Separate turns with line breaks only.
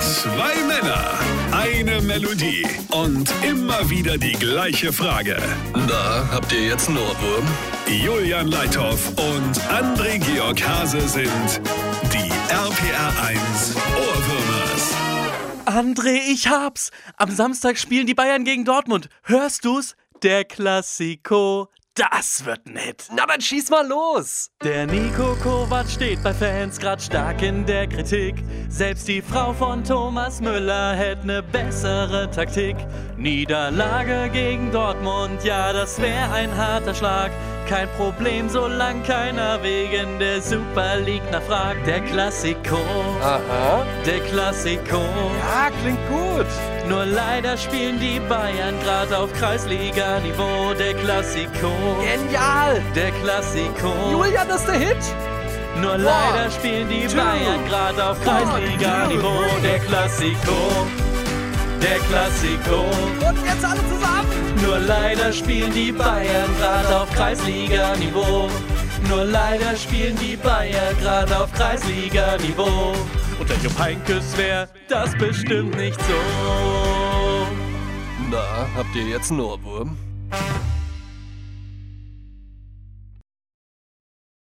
Zwei Männer, eine Melodie und immer wieder die gleiche Frage.
Na, habt ihr jetzt einen Ohrwurm?
Julian Leithoff und André Georg Hase sind die RPR 1 Ohrwürmers.
André, ich hab's! Am Samstag spielen die Bayern gegen Dortmund. Hörst du's? Der Klassiko. Das wird ein Hit.
Na, dann schieß mal los.
Der Nico Kovac steht bei Fans grad stark in der Kritik. Selbst die Frau von Thomas Müller hätte ne bessere Taktik. Niederlage gegen Dortmund, ja, das wär ein harter Schlag. Kein Problem, solange keiner wegen der Super League nachfragt. Der Klassiko,
Aha.
der Klassiko.
Ja, klingt gut.
Nur leider spielen die Bayern grad auf Kreisliga-Niveau. Der Klassiko,
Genial.
der Klassiko.
Julian, das ist der Hit.
Nur leider spielen die Bayern grad auf Kreisliga-Niveau. Der Klassiko, der Klassiko.
Und jetzt alle zusammen.
Nur leider spielen die Bayern grad auf Kreisliga-Niveau. Nur leider spielen die Bayern grad auf Kreisliga-Niveau. Unter Jupp Heynckes wär das bestimmt nicht so.
Na, habt ihr jetzt einen Ohrwurm?